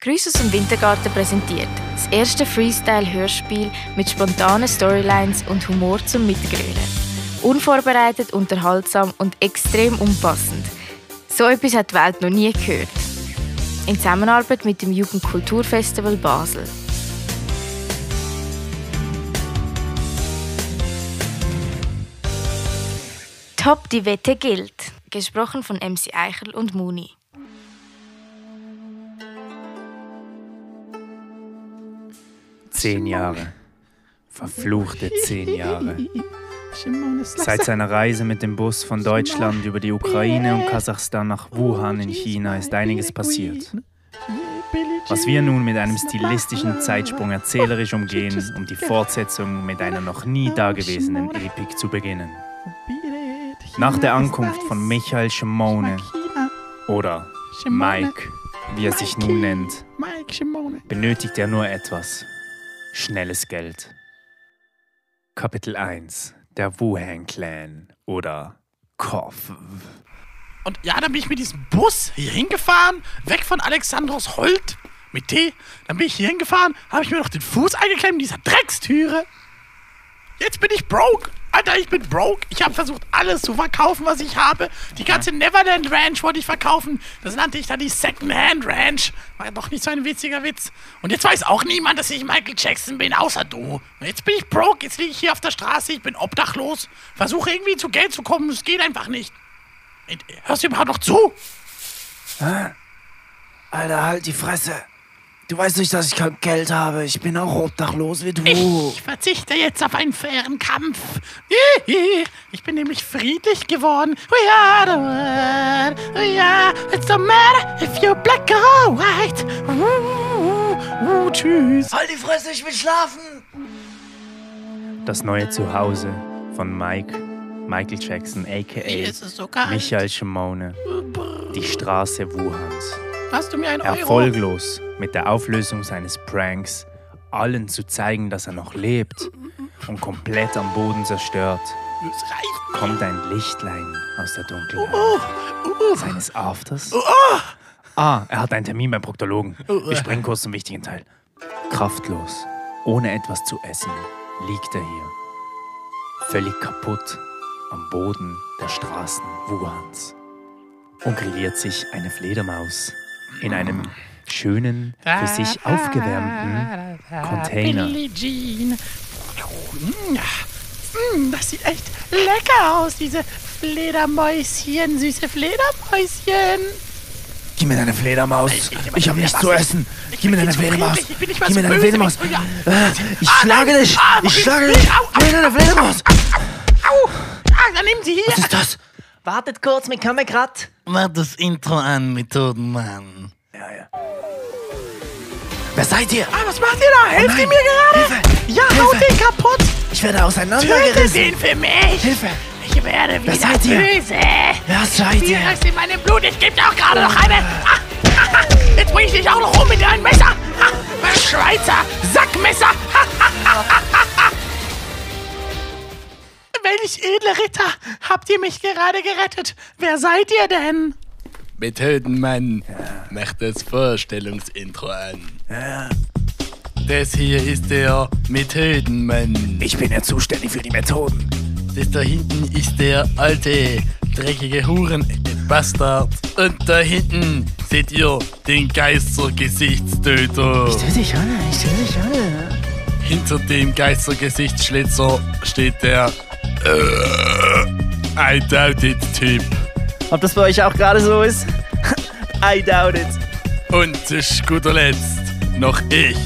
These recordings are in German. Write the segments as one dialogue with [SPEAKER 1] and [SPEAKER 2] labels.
[SPEAKER 1] Grüß aus dem Wintergarten präsentiert das erste Freestyle-Hörspiel mit spontanen Storylines und Humor zum Mitgrölen. Unvorbereitet, unterhaltsam und extrem unpassend. So etwas hat die Welt noch nie gehört. In Zusammenarbeit mit dem Jugendkulturfestival Basel. Top die Wette gilt. Gesprochen von MC Eichel und Muni.
[SPEAKER 2] Zehn Jahre. Verfluchte zehn Jahre. Seit
[SPEAKER 3] Seit
[SPEAKER 2] seiner Reise mit dem Bus von Deutschland über die Ukraine und Kasachstan nach Wuhan in China ist einiges passiert. Was wir nun mit einem stilistischen Zeitsprung erzählerisch umgehen, um die Fortsetzung mit einer noch nie dagewesenen Epik zu beginnen. Nach der Ankunft von Michael Schimone oder Mike, wie er sich nun nennt,
[SPEAKER 3] Mike Schimone.
[SPEAKER 2] benötigt er nur etwas. Schnelles Geld. Kapitel 1. Der Wuhan Clan oder Koff.
[SPEAKER 4] Und ja, dann bin ich mit diesem Bus hier hingefahren, weg von Alexandros Holt mit T. Dann bin ich hier hingefahren, habe ich mir noch den Fuß eingeklemmt in dieser Dreckstüre. Jetzt bin ich broke. Alter, ich bin broke. Ich habe versucht, alles zu verkaufen, was ich habe. Die ganze Neverland Ranch wollte ich verkaufen. Das nannte ich dann die Secondhand Ranch. War doch nicht so ein witziger Witz. Und jetzt weiß auch niemand, dass ich Michael Jackson bin, außer du. Und jetzt bin ich broke. Jetzt liege ich hier auf der Straße. Ich bin obdachlos. Versuche irgendwie zu Geld zu kommen. Es geht einfach nicht. Hörst du überhaupt noch zu?
[SPEAKER 5] Alter, halt die Fresse. Du weißt nicht, dass ich kein Geld habe. Ich bin auch obdachlos wie du.
[SPEAKER 4] Ich verzichte jetzt auf einen fairen Kampf. Ich bin nämlich friedlich geworden. We are the world. We are. It's no matter if you're black or white. Uh, uh, uh, tschüss.
[SPEAKER 5] Halt die Fresse, ich will schlafen.
[SPEAKER 2] Das neue Zuhause von Mike, Michael Jackson, a.k.a.
[SPEAKER 4] Es ist so kalt.
[SPEAKER 2] Michael Schimone. Die Straße Wuhans.
[SPEAKER 4] Hast du mir einen Euro?
[SPEAKER 2] Erfolglos mit der Auflösung seines Pranks, allen zu zeigen, dass er noch lebt und komplett am Boden zerstört,
[SPEAKER 4] Es reicht.
[SPEAKER 2] kommt ein Lichtlein aus der Dunkelheit. Seines Afters? Ah, er hat einen Termin beim Proktologen. Wir springen kurz zum wichtigen Teil. Kraftlos, ohne etwas zu essen, liegt er hier. Völlig kaputt am Boden der Straßen Wuhans. Und grilliert sich eine Fledermaus in einem schönen, für sich aufgewärmten Container.
[SPEAKER 4] Billie Jean. Mm, ja. Mm, Das sieht echt lecker aus, diese Fledermäuschen, süße Fledermäuschen.
[SPEAKER 5] Gib mir deine Fledermaus. Ich habe nichts zu essen. Gib mir deine Fledermaus.
[SPEAKER 4] Ich bin nicht mehr
[SPEAKER 5] Gib mir
[SPEAKER 4] so
[SPEAKER 5] deine
[SPEAKER 4] böse,
[SPEAKER 5] Fledermaus.
[SPEAKER 4] ich bin ja-
[SPEAKER 5] Ah, Ich schlage dich.
[SPEAKER 4] Ah,
[SPEAKER 5] Ich
[SPEAKER 4] Maurice,
[SPEAKER 5] schlage
[SPEAKER 4] nicht.
[SPEAKER 5] dich.
[SPEAKER 4] Au, au.
[SPEAKER 5] Gib mir deine Fledermaus.
[SPEAKER 4] Au! Ah, dann nehmen Sie hier.
[SPEAKER 5] Was ist das?
[SPEAKER 6] Wartet kurz, wir kommen grad.
[SPEAKER 7] Mach das Intro an, Methodenmann.
[SPEAKER 5] Ja, ja. Wer seid ihr?
[SPEAKER 4] Ah, was macht ihr da? Helft ihr mir gerade?
[SPEAKER 5] Oh Hilfe.
[SPEAKER 4] Ja,
[SPEAKER 5] Hilfe.
[SPEAKER 4] haut den kaputt!
[SPEAKER 5] Ich werde
[SPEAKER 4] Tötet
[SPEAKER 5] auseinandergerissen.
[SPEAKER 4] den für mich!
[SPEAKER 5] Hilfe.
[SPEAKER 4] Ich werde wieder
[SPEAKER 5] seid ihr?
[SPEAKER 4] böse!
[SPEAKER 5] Wer seid
[SPEAKER 4] Ihr
[SPEAKER 5] ihr?
[SPEAKER 4] ist in meinem Blut, ich geb dir auch gerade noch eine! Ah, ah, ah. Jetzt bring ich dich auch noch um mit deinem Messer! Ah, mein Schweizer Sackmesser! Ah, ah, ah, ah, ah, ah. Welch edle Ritter! Habt ihr mich gerade gerettet? Wer seid ihr denn?
[SPEAKER 7] Methodenmann, mach das Vorstellungsintro an. Das hier ist der Methodenmann.
[SPEAKER 5] Ich bin ja zuständig für die Methoden.
[SPEAKER 7] Das da hinten ist der alte, dreckige Huren-Bastard. Und da hinten seht ihr den Geistergesichtstöter.
[SPEAKER 5] dich, Anne. Ich töte dich, Anne.
[SPEAKER 7] Hinter dem Geistergesichtsschlitzer steht der äh, I doubt it Typ.
[SPEAKER 6] Ob das bei euch auch gerade so ist? I doubt it.
[SPEAKER 7] Und zu guter Letzt noch ich.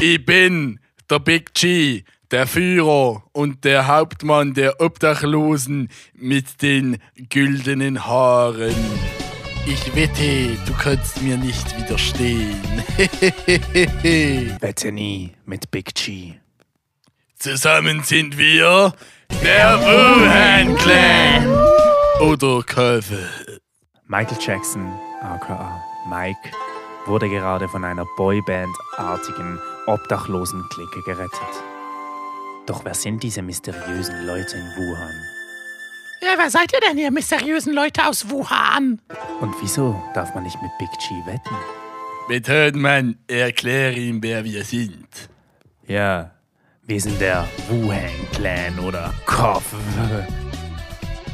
[SPEAKER 7] Ich bin der Big G, der Führer und der Hauptmann der Obdachlosen mit den güldenen Haaren. Ich wette, du kannst mir nicht widerstehen.
[SPEAKER 2] Wette nie mit Big G.
[SPEAKER 7] Zusammen sind wir der Wuhan Clan. Oder Käufe.
[SPEAKER 2] Michael Jackson, aka Mike, wurde gerade von einer Boyband-artigen, obdachlosen Clique gerettet. Doch wer sind diese mysteriösen Leute in Wuhan?
[SPEAKER 4] Ja, wer seid ihr denn, ihr mysteriösen Leute aus Wuhan?
[SPEAKER 2] Und wieso darf man nicht mit Big G wetten?
[SPEAKER 7] Mit Höhenmann, erklär ihm, wer wir sind.
[SPEAKER 2] Ja, wir sind der Wuhan-Clan oder Kopf.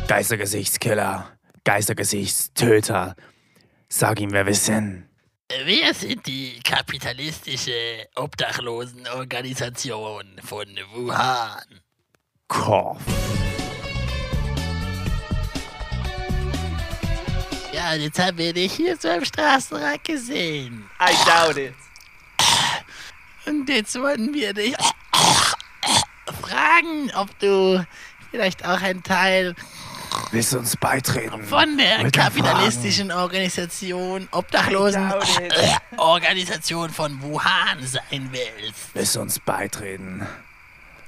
[SPEAKER 2] Geistergesichtskiller, Geistergesichtstöter. Sag ihm, wer wir sind.
[SPEAKER 3] Wir sind die kapitalistische Obdachlosenorganisation von Wuhan.
[SPEAKER 2] Kopf.
[SPEAKER 3] Ja, und jetzt haben wir dich hier so im Straßenrad gesehen.
[SPEAKER 6] I doubt it.
[SPEAKER 3] Und jetzt wollen wir dich fragen, ob du vielleicht auch ein Teil
[SPEAKER 5] Willst du uns beitreten?
[SPEAKER 3] von der
[SPEAKER 5] Wollte fragen.
[SPEAKER 3] kapitalistischen Organisation Obdachlosen Organisation von Wuhan sein willst.
[SPEAKER 2] Willst du uns beitreten?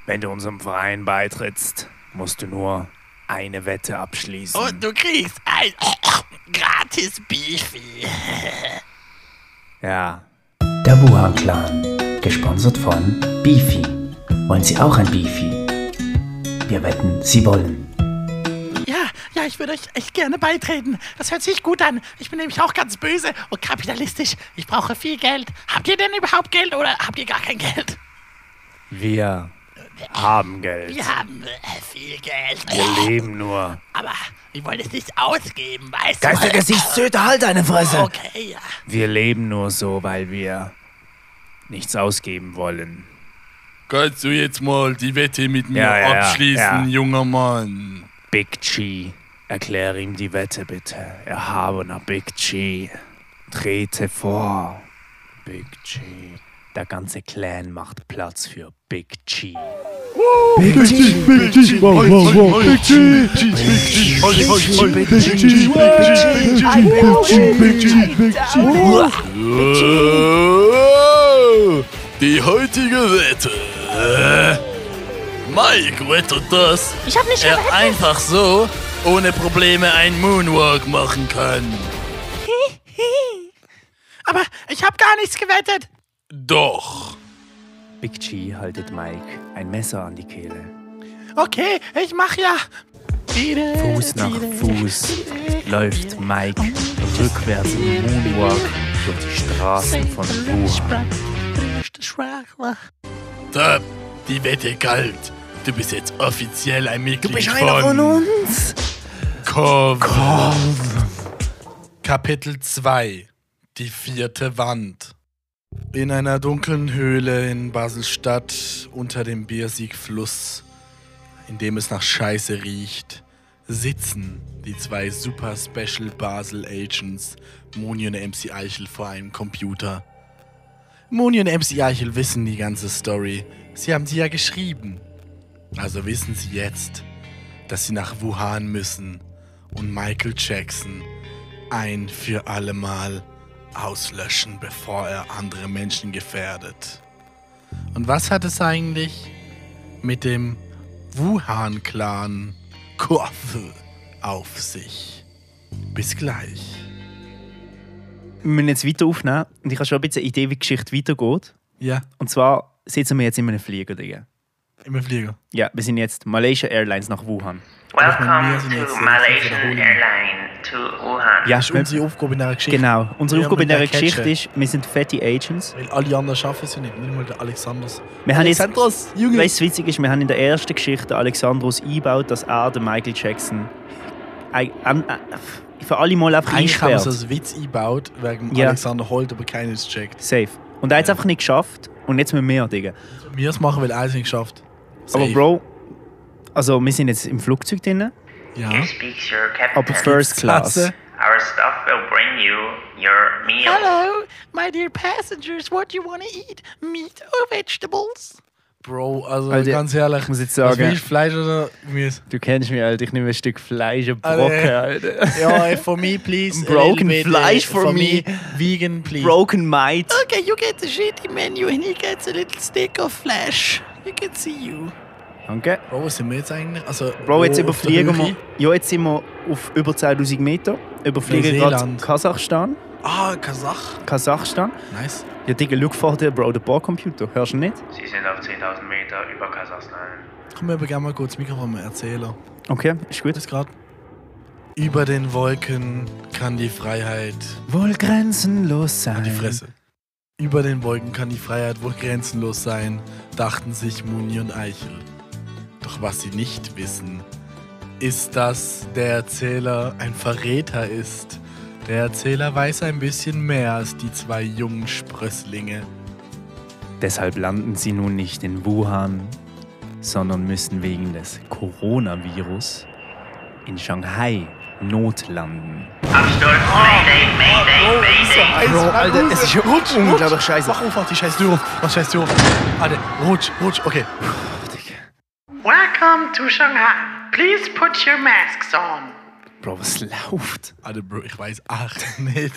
[SPEAKER 2] Wenn du unserem Verein beitrittst, musst du nur eine Wette abschließen.
[SPEAKER 3] Und du kriegst ein gratis Beefy.
[SPEAKER 2] Ja,
[SPEAKER 8] Der Wuhan Clan, gesponsert von Beefy. Wollen Sie auch ein Beefy? Wir wetten, Sie wollen.
[SPEAKER 4] Ja, ja, ich würde euch echt gerne beitreten. Das hört sich gut an. Ich bin nämlich auch ganz böse und kapitalistisch. Ich brauche viel Geld. Habt ihr denn überhaupt Geld oder habt ihr gar kein Geld?
[SPEAKER 2] wir haben Geld.
[SPEAKER 3] Wir haben äh, viel Geld,
[SPEAKER 2] Wir leben nur.
[SPEAKER 3] aber wir wollen es nicht ausgeben, weißt du?
[SPEAKER 5] Geistergesichtstöter, halt deine Fresse!
[SPEAKER 3] Okay, ja.
[SPEAKER 2] Wir leben nur so, weil wir nichts ausgeben wollen.
[SPEAKER 7] Kannst du jetzt mal die Wette mit mir
[SPEAKER 2] Ja, ja, ja,
[SPEAKER 7] abschließen,
[SPEAKER 2] ja.
[SPEAKER 7] junger Mann?
[SPEAKER 2] Big G, erkläre ihm die Wette bitte. Erhabener Big G, trete vor. Big G. Der ganze Clan macht Platz für Big G.
[SPEAKER 7] Oh, Die heutige Wette. Mike wettet das.
[SPEAKER 1] Ich habe nicht
[SPEAKER 7] er einfach so ohne Probleme ein Moonwalk machen kann.
[SPEAKER 4] Aber ich habe gar nichts gewettet.
[SPEAKER 7] Doch.
[SPEAKER 2] Big G haltet Mike ein Messer an die Kehle.
[SPEAKER 4] Okay, ich mach ja.
[SPEAKER 2] Fuß nach Fuß läuft Mike rückwärts im Moonwalk durch die Straßen von Wuhan.
[SPEAKER 7] Da, die Wette galt. Du bist jetzt offiziell ein Mitglied
[SPEAKER 5] bist
[SPEAKER 7] von,
[SPEAKER 5] einer von uns!
[SPEAKER 7] Korv. Kapitel 2 Die vierte Wand In einer dunklen Höhle in Baselstadt unter dem Biersiegfluss, in dem es nach Scheiße riecht, sitzen die zwei Super Special Basel Agents Moni und MC Eichel vor einem Computer. Moni und MC Eichel wissen die ganze Story. Sie haben sie ja geschrieben. Also wissen sie jetzt, dass sie nach Wuhan müssen und Michael Jackson ein für allemal auslöschen, bevor er andere Menschen gefährdet. Und was hat es eigentlich mit dem Wuhan-Clan Kurve auf sich? Bis gleich.
[SPEAKER 6] Wir müssen jetzt weiter aufnehmen und ich habe schon ein bisschen eine Idee, wie die Geschichte weitergeht.
[SPEAKER 7] Ja,
[SPEAKER 6] Und zwar sitzen wir jetzt in einem Flieger. Digga.
[SPEAKER 7] immer Flieger.
[SPEAKER 6] Ja, wir sind jetzt Malaysia Airlines nach Wuhan.
[SPEAKER 7] Welcome to Malaysian
[SPEAKER 9] Airline to Wuhan.
[SPEAKER 6] Ja,
[SPEAKER 7] Das ist unsere Aufgabe in dieser Geschichte.
[SPEAKER 6] genau. Unsere
[SPEAKER 7] Wir
[SPEAKER 6] Aufgabe in
[SPEAKER 7] müssen
[SPEAKER 6] dieser
[SPEAKER 7] den catchen.
[SPEAKER 6] Geschichte ist, wir sind fette Agents.
[SPEAKER 7] Weil alle anderen schaffen es ja nicht, nicht mal der Alexanders.
[SPEAKER 6] Wir haben jetzt,
[SPEAKER 7] Alexandros, Junge!
[SPEAKER 6] weißt du, was witzig ist, wir haben in der ersten Geschichte Alexandros eingebaut, dass er den Michael Jackson ein- an- äh, für alle Mal einfach
[SPEAKER 7] Eigentlich haben wir es
[SPEAKER 6] einsperrt.
[SPEAKER 7] als Witz eingebaut, wegen
[SPEAKER 6] Ja.
[SPEAKER 7] Alexander Holt, aber keiner ist checkt.
[SPEAKER 6] Safe. Und er hat es einfach nicht geschafft und jetzt müssen wir, Digga.
[SPEAKER 7] Wir es machen, weil eins nicht geschafft.
[SPEAKER 6] Aber Bro, also wir sind jetzt im Flugzeug drin,
[SPEAKER 7] Ja.
[SPEAKER 9] Here speaks your captain.
[SPEAKER 6] aber First Class.
[SPEAKER 7] Katze.
[SPEAKER 9] Our staff will bring you your meal.
[SPEAKER 4] Hello, my dear passengers. What do you want to eat? Meat or vegetables?
[SPEAKER 7] Bro, also
[SPEAKER 6] Alter,
[SPEAKER 7] ganz ehrlich.
[SPEAKER 6] Ich muss jetzt
[SPEAKER 7] was
[SPEAKER 6] sagen,
[SPEAKER 7] willst du, Fleisch oder Gemüse?
[SPEAKER 6] du kennst mich, Alter, ich nehme ein Stück Fleisch und
[SPEAKER 7] Alter.
[SPEAKER 6] Brocken, Alter.
[SPEAKER 7] Ja, ey, for me, please. a
[SPEAKER 6] Broken
[SPEAKER 7] little bit,
[SPEAKER 6] Fleisch
[SPEAKER 7] äh,
[SPEAKER 6] for me.
[SPEAKER 7] Vegan, please.
[SPEAKER 6] Broken Might.
[SPEAKER 4] Oh,
[SPEAKER 3] Okay, you get the shitty menu and he gets a little stick of flesh. You can see you.
[SPEAKER 6] Danke.
[SPEAKER 7] Bro, was sind wir jetzt eigentlich? Also,
[SPEAKER 6] Bro, jetzt
[SPEAKER 7] wo auf der
[SPEAKER 6] überfliegen wir.
[SPEAKER 7] Höhe?
[SPEAKER 6] Ja, jetzt sind wir auf über 10.000 Meter. Überfliegen gerade
[SPEAKER 7] Neuseeland.
[SPEAKER 6] Kasachstan.
[SPEAKER 7] Ah, Kasach.
[SPEAKER 6] Kasachstan.
[SPEAKER 7] Nice.
[SPEAKER 6] Ja, Digga, schau vor dir, Bro, der Bordcomputer. Hörst du ihn nicht?
[SPEAKER 9] Sie sind auf 10.000 Meter über Kasachstan.
[SPEAKER 7] Komm, wir gerne mal kurz das Mikrofon mal erzählen.
[SPEAKER 6] Okay, ist gut.
[SPEAKER 7] Das gerade. Über den Wolken kann die Freiheit
[SPEAKER 6] Wohl grenzenlos sein.
[SPEAKER 7] die Fresse. Über den Wolken kann die Freiheit wohl grenzenlos sein, dachten sich Muni und Eichel. Doch was sie nicht wissen, ist, dass der Erzähler ein Verräter ist. Der Erzähler weiß ein bisschen mehr als die zwei jungen Sprösslinge.
[SPEAKER 10] Deshalb landen sie nun nicht in Wuhan, sondern müssen wegen des Coronavirus in Shanghai notlanden.
[SPEAKER 9] Absturz, Mayday, Mayday, Mayday.
[SPEAKER 11] Bro, Alter, es ist hier unglaublich scheiße.
[SPEAKER 7] Mach auf, die scheiß Tür auf, mach die scheiß Tür auf. Alter, rutsch, rutsch, okay.
[SPEAKER 12] Welcome to Shanghai. Please put your masks on.
[SPEAKER 10] Bro, was läuft?
[SPEAKER 7] Alter, Bro, ich weiß acht nicht.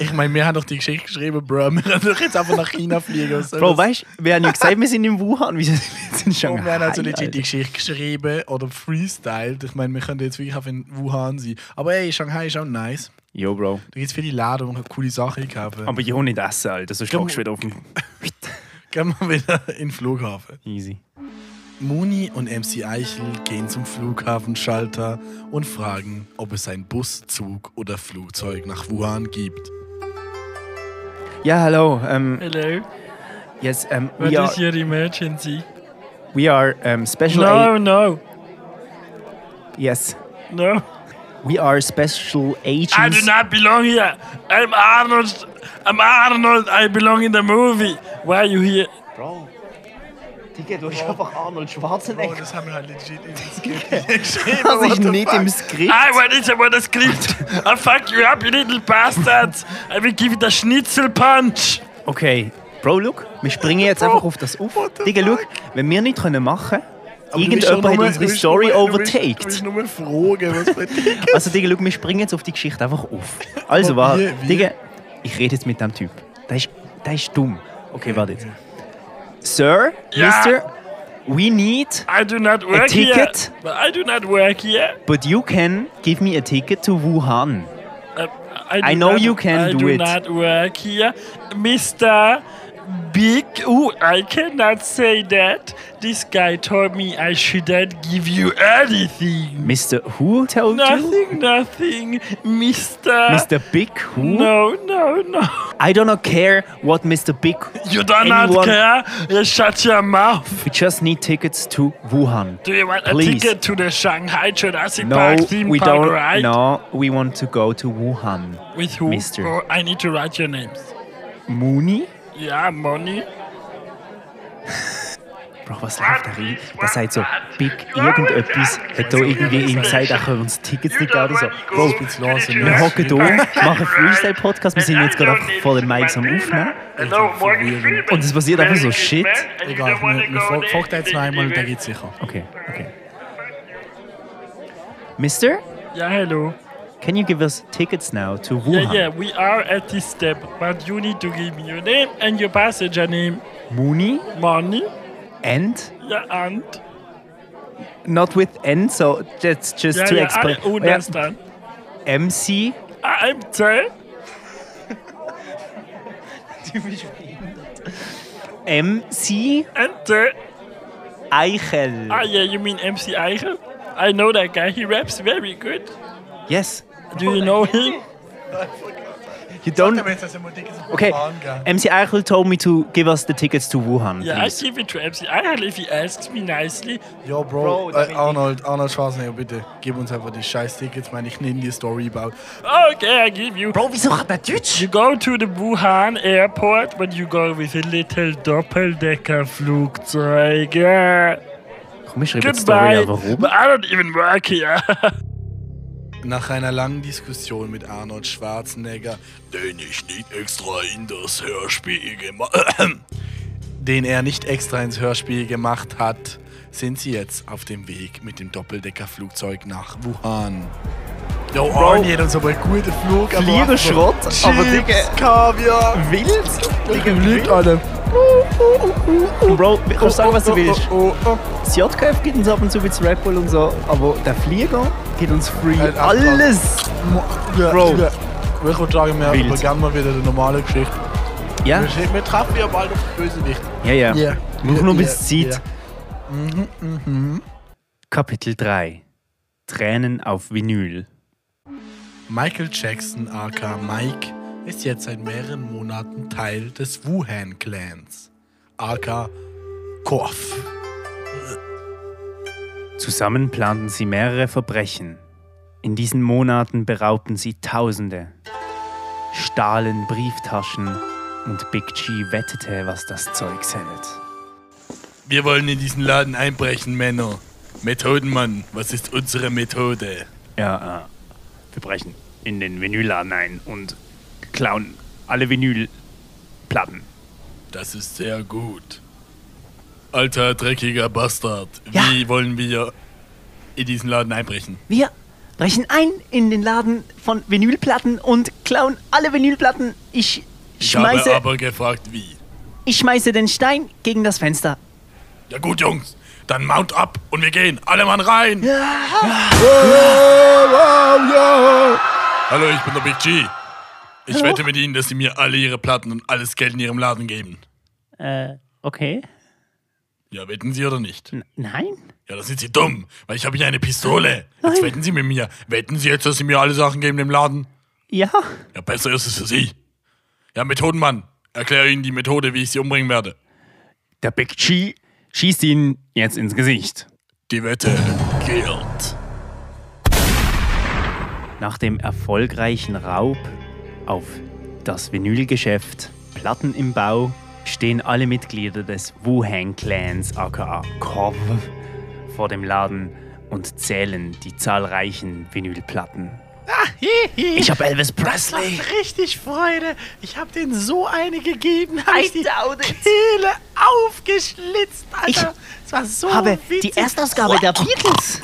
[SPEAKER 7] Ich meine, mir hat doch die Geschichte geschrieben, Bro, wir können doch jetzt einfach nach China fliegen. Was soll
[SPEAKER 2] Bro,
[SPEAKER 7] Also das?
[SPEAKER 2] weißt du, wir haben ja gesagt, wir sind in Wuhan, wieso sind wir jetzt in
[SPEAKER 7] Und
[SPEAKER 2] Shanghai?
[SPEAKER 7] wir haben also legit
[SPEAKER 2] Alter?
[SPEAKER 7] die Geschichte geschrieben oder freestyled. Ich meine, wir können jetzt wirklich auf in Wuhan sein. Aber hey, Shanghai ist auch nice.
[SPEAKER 10] Yo, Bro.
[SPEAKER 7] Da gibt es viele Läden, wo man coole Sachen kaufen kann.
[SPEAKER 10] Aber yo, nicht essen, Alter. Sonst hockst du wieder auf dem...
[SPEAKER 7] Gehen wir wieder in den Flughafen.
[SPEAKER 10] Easy.
[SPEAKER 7] Moni und MC Eichel gehen zum Flughafenschalter und fragen, ob es ein Bus, Zug oder Flugzeug nach Wuhan gibt.
[SPEAKER 2] Ja, hallo. Ähm,
[SPEAKER 4] Hello.
[SPEAKER 2] yes, ähm,
[SPEAKER 4] What
[SPEAKER 2] we are,
[SPEAKER 4] is your emergency?
[SPEAKER 2] we are ähm, special...
[SPEAKER 4] No,
[SPEAKER 2] A-
[SPEAKER 4] no,
[SPEAKER 2] yes.
[SPEAKER 4] no.
[SPEAKER 2] We are special agents...
[SPEAKER 4] I do not belong here. I'm Arnold. I'm Arnold. I belong in the movie. Why are you here?
[SPEAKER 2] Bro. Digga, du hast einfach Arnold Schwarzenegger.
[SPEAKER 4] Oh,
[SPEAKER 7] Das haben wir halt legit in
[SPEAKER 2] Das
[SPEAKER 7] Also
[SPEAKER 2] ist nicht im Skript.
[SPEAKER 4] I what is I want a script. I fuck you up, you little bastards. I will give you the schnitzel punch.
[SPEAKER 2] Okay, Bro, look, wir springen jetzt einfach auf das auf. Digga, look, wenn wir nicht können machen können, irgendjemand hat unsere Story
[SPEAKER 7] Du
[SPEAKER 2] overtaked.
[SPEAKER 7] bist nur fragen, was bei dir
[SPEAKER 2] Also, Digga, look, wir springen jetzt auf die Geschichte einfach auf. Also,
[SPEAKER 7] Aber Oh, wie,
[SPEAKER 2] warte,
[SPEAKER 7] wie?
[SPEAKER 2] Digga, ich rede jetzt mit dem Typ. Der ist, der ist dumm. Okay, warte jetzt. Sir,
[SPEAKER 4] Ja.
[SPEAKER 2] Mister, we need,
[SPEAKER 4] I do not work here.
[SPEAKER 2] ticket?
[SPEAKER 4] But I do not work here.
[SPEAKER 2] but you can give me a ticket to Wuhan.
[SPEAKER 4] Uh, I, do
[SPEAKER 2] I know
[SPEAKER 4] not-
[SPEAKER 2] you can
[SPEAKER 4] I
[SPEAKER 2] do
[SPEAKER 4] do
[SPEAKER 2] it.
[SPEAKER 4] not work here, Mister Big. Ooh, I cannot say that. This guy told me I shouldn't give you anything.
[SPEAKER 2] Mr. Who told you?
[SPEAKER 4] Nothing, nothing, Mister.
[SPEAKER 2] Mr. Big Who?
[SPEAKER 4] No, no, no.
[SPEAKER 2] I do not care what Mr. Big
[SPEAKER 4] You do
[SPEAKER 2] Anyone-
[SPEAKER 4] not care. You shut your mouth.
[SPEAKER 2] We just need tickets to Wuhan.
[SPEAKER 4] Do you want
[SPEAKER 2] Please.
[SPEAKER 4] a ticket to the Shanghai Jurassic
[SPEAKER 2] No,
[SPEAKER 4] Park theme
[SPEAKER 2] we
[SPEAKER 4] park
[SPEAKER 2] don't.
[SPEAKER 4] ride?
[SPEAKER 2] No, we want to go to Wuhan.
[SPEAKER 4] With who?
[SPEAKER 2] Mister.
[SPEAKER 4] Oh, I need to write your names.
[SPEAKER 2] Muni?
[SPEAKER 4] Yeah, money.
[SPEAKER 2] Bro, was läuft da rein? Das heißt so, Big irgendetwas hat da irgendwie ihm gesagt, er kann uns Tickets nicht geben oder so. Bro, wir hocken da, machen Freestyle-Podcast, wir sind jetzt gerade einfach vor den Mics am Aufnehmen. Und es passiert einfach so Shit.
[SPEAKER 7] Egal, wir, wir fol- folgt jetzt noch einmal, dann geht's sicher.
[SPEAKER 2] Okay, okay. Mister,
[SPEAKER 4] Yeah, hello.
[SPEAKER 2] can you give us tickets now to
[SPEAKER 4] Yeah, yeah,
[SPEAKER 2] Wuhan?
[SPEAKER 4] we are at this step, but you need to give me your name and your passenger name.
[SPEAKER 2] Muni?
[SPEAKER 4] Money,
[SPEAKER 2] And?
[SPEAKER 4] yeah, and.
[SPEAKER 2] Not with N, so that's just
[SPEAKER 4] Yeah, oh,
[SPEAKER 2] to
[SPEAKER 4] yeah,
[SPEAKER 2] explain.
[SPEAKER 4] I understand.
[SPEAKER 2] Yeah, MC?
[SPEAKER 4] I'm sorry.
[SPEAKER 2] MC
[SPEAKER 4] And uh,
[SPEAKER 2] Eichel.
[SPEAKER 4] ah, yeah, you mean MC Eichel? I know that guy. He raps very good.
[SPEAKER 2] Yes.
[SPEAKER 4] Do you know him?
[SPEAKER 2] You don't. Okay. MC Eichel told me to give us the tickets to Wuhan.
[SPEAKER 4] Yeah, I
[SPEAKER 2] please.
[SPEAKER 4] give it to MC Eichel if he asks me nicely.
[SPEAKER 7] Yo, Bro, äh, Arnold, Arnold Schwarzenegger, bitte, gib uns einfach die scheiß Tickets, meine ich nehme die Story about.
[SPEAKER 4] Okay, I give you.
[SPEAKER 2] Bro, wieso hat er Deutsch?
[SPEAKER 4] You go to the Wuhan airport, but you go with a little Doppeldeckerflugzeug.
[SPEAKER 2] Komm, ich schreibe die Story
[SPEAKER 4] Goodbye.
[SPEAKER 2] einfach rum.
[SPEAKER 4] But I don't even work here.
[SPEAKER 7] Nach einer langen Diskussion mit Arnold Schwarzenegger, den ich nicht extra in das Hörspiel gemacht den er nicht extra ins Hörspiel gemacht hat, sind sie jetzt auf dem Weg mit dem Doppeldeckerflugzeug nach Wuhan. Yo, Arnie hat uns aber einen guten Flug erwartet.
[SPEAKER 2] Schrott, aber Digga.
[SPEAKER 7] Chips, Kaviar,
[SPEAKER 2] Wild?
[SPEAKER 7] Digga, Glück, Alter.
[SPEAKER 2] Bro, du kannst sagen, was du willst.
[SPEAKER 7] Oh, oh, oh.
[SPEAKER 2] Das JKF gibt uns ab und zu ein bisschen Red Bull und so, aber der Flieger gibt uns free
[SPEAKER 7] Alter,
[SPEAKER 2] alles.
[SPEAKER 7] Ja,
[SPEAKER 2] Bro.
[SPEAKER 7] ja. Ich würde sagen, wir
[SPEAKER 2] Wild.
[SPEAKER 7] übergehen mal wieder die normale Geschichte.
[SPEAKER 2] Ja?
[SPEAKER 7] Wir, sind- wir treffen ja bald auf den Bösewicht.
[SPEAKER 2] Ja, ja. Wir brauchen noch ein bisschen
[SPEAKER 7] Ja,
[SPEAKER 2] Zeit. Kapitel 3. Tränen auf Vinyl.
[SPEAKER 7] Michael Jackson, aka Mike,
[SPEAKER 4] ist jetzt seit mehreren Monaten Teil des Wuhan-Clans, aka Korf.
[SPEAKER 2] Zusammen planten sie mehrere Verbrechen. In diesen Monaten beraubten sie Tausende, stahlen Brieftaschen und Big G wettete, was das Zeug hält.
[SPEAKER 7] Wir wollen in diesen Laden einbrechen, Männer. Methodenmann, was ist unsere Methode?
[SPEAKER 2] Ja, äh, wir brechen in den Vinylladen ein und klauen alle Vinylplatten.
[SPEAKER 7] Das ist sehr gut. Alter, dreckiger Bastard. Wie wollen wir in diesen Laden einbrechen?
[SPEAKER 6] Wir brechen ein in den Laden von Vinylplatten und klauen alle Vinylplatten. Ich
[SPEAKER 7] Ich
[SPEAKER 6] schmeiße,
[SPEAKER 7] habe aber gefragt, wie.
[SPEAKER 6] ich schmeiße den Stein gegen das Fenster.
[SPEAKER 7] Ja gut, Jungs, dann mount ab und wir gehen. Alle Mann rein! Hallo, ich bin der Big G. Ich
[SPEAKER 6] Hallo.
[SPEAKER 7] wette mit Ihnen, dass Sie mir alle Ihre Platten und alles Geld in Ihrem Laden geben.
[SPEAKER 6] Äh, okay.
[SPEAKER 7] Ja, wetten Sie oder nicht?
[SPEAKER 6] Nein?
[SPEAKER 7] Ja, das sind Sie dumm, weil ich habe hier eine Pistole. Jetzt wetten Sie mit mir. Wetten Sie jetzt, dass Sie mir alle Sachen geben im Laden?
[SPEAKER 6] Ja?
[SPEAKER 7] Ja, besser ist es für Sie. Ja, Methodenmann, erkläre Ihnen die Methode, wie ich Sie umbringen werde.
[SPEAKER 2] Der Big G schießt ihn jetzt ins Gesicht.
[SPEAKER 7] Die Wette gilt.
[SPEAKER 2] Nach dem erfolgreichen Raub auf das Vinylgeschäft Platten im Bau stehen alle Mitglieder des Wuhan Clans aka Korv vor dem Laden und zählen die zahlreichen Vinylplatten.
[SPEAKER 4] Hihi.
[SPEAKER 2] Ich hab Elvis Presley.
[SPEAKER 4] Das macht richtig Freude. Ich hab denen so eine gegeben, hab ich die Kehle aufgeschlitzt, Alter. Ich das war so
[SPEAKER 6] habe die
[SPEAKER 4] witzig.
[SPEAKER 6] Erstausgabe der Beatles.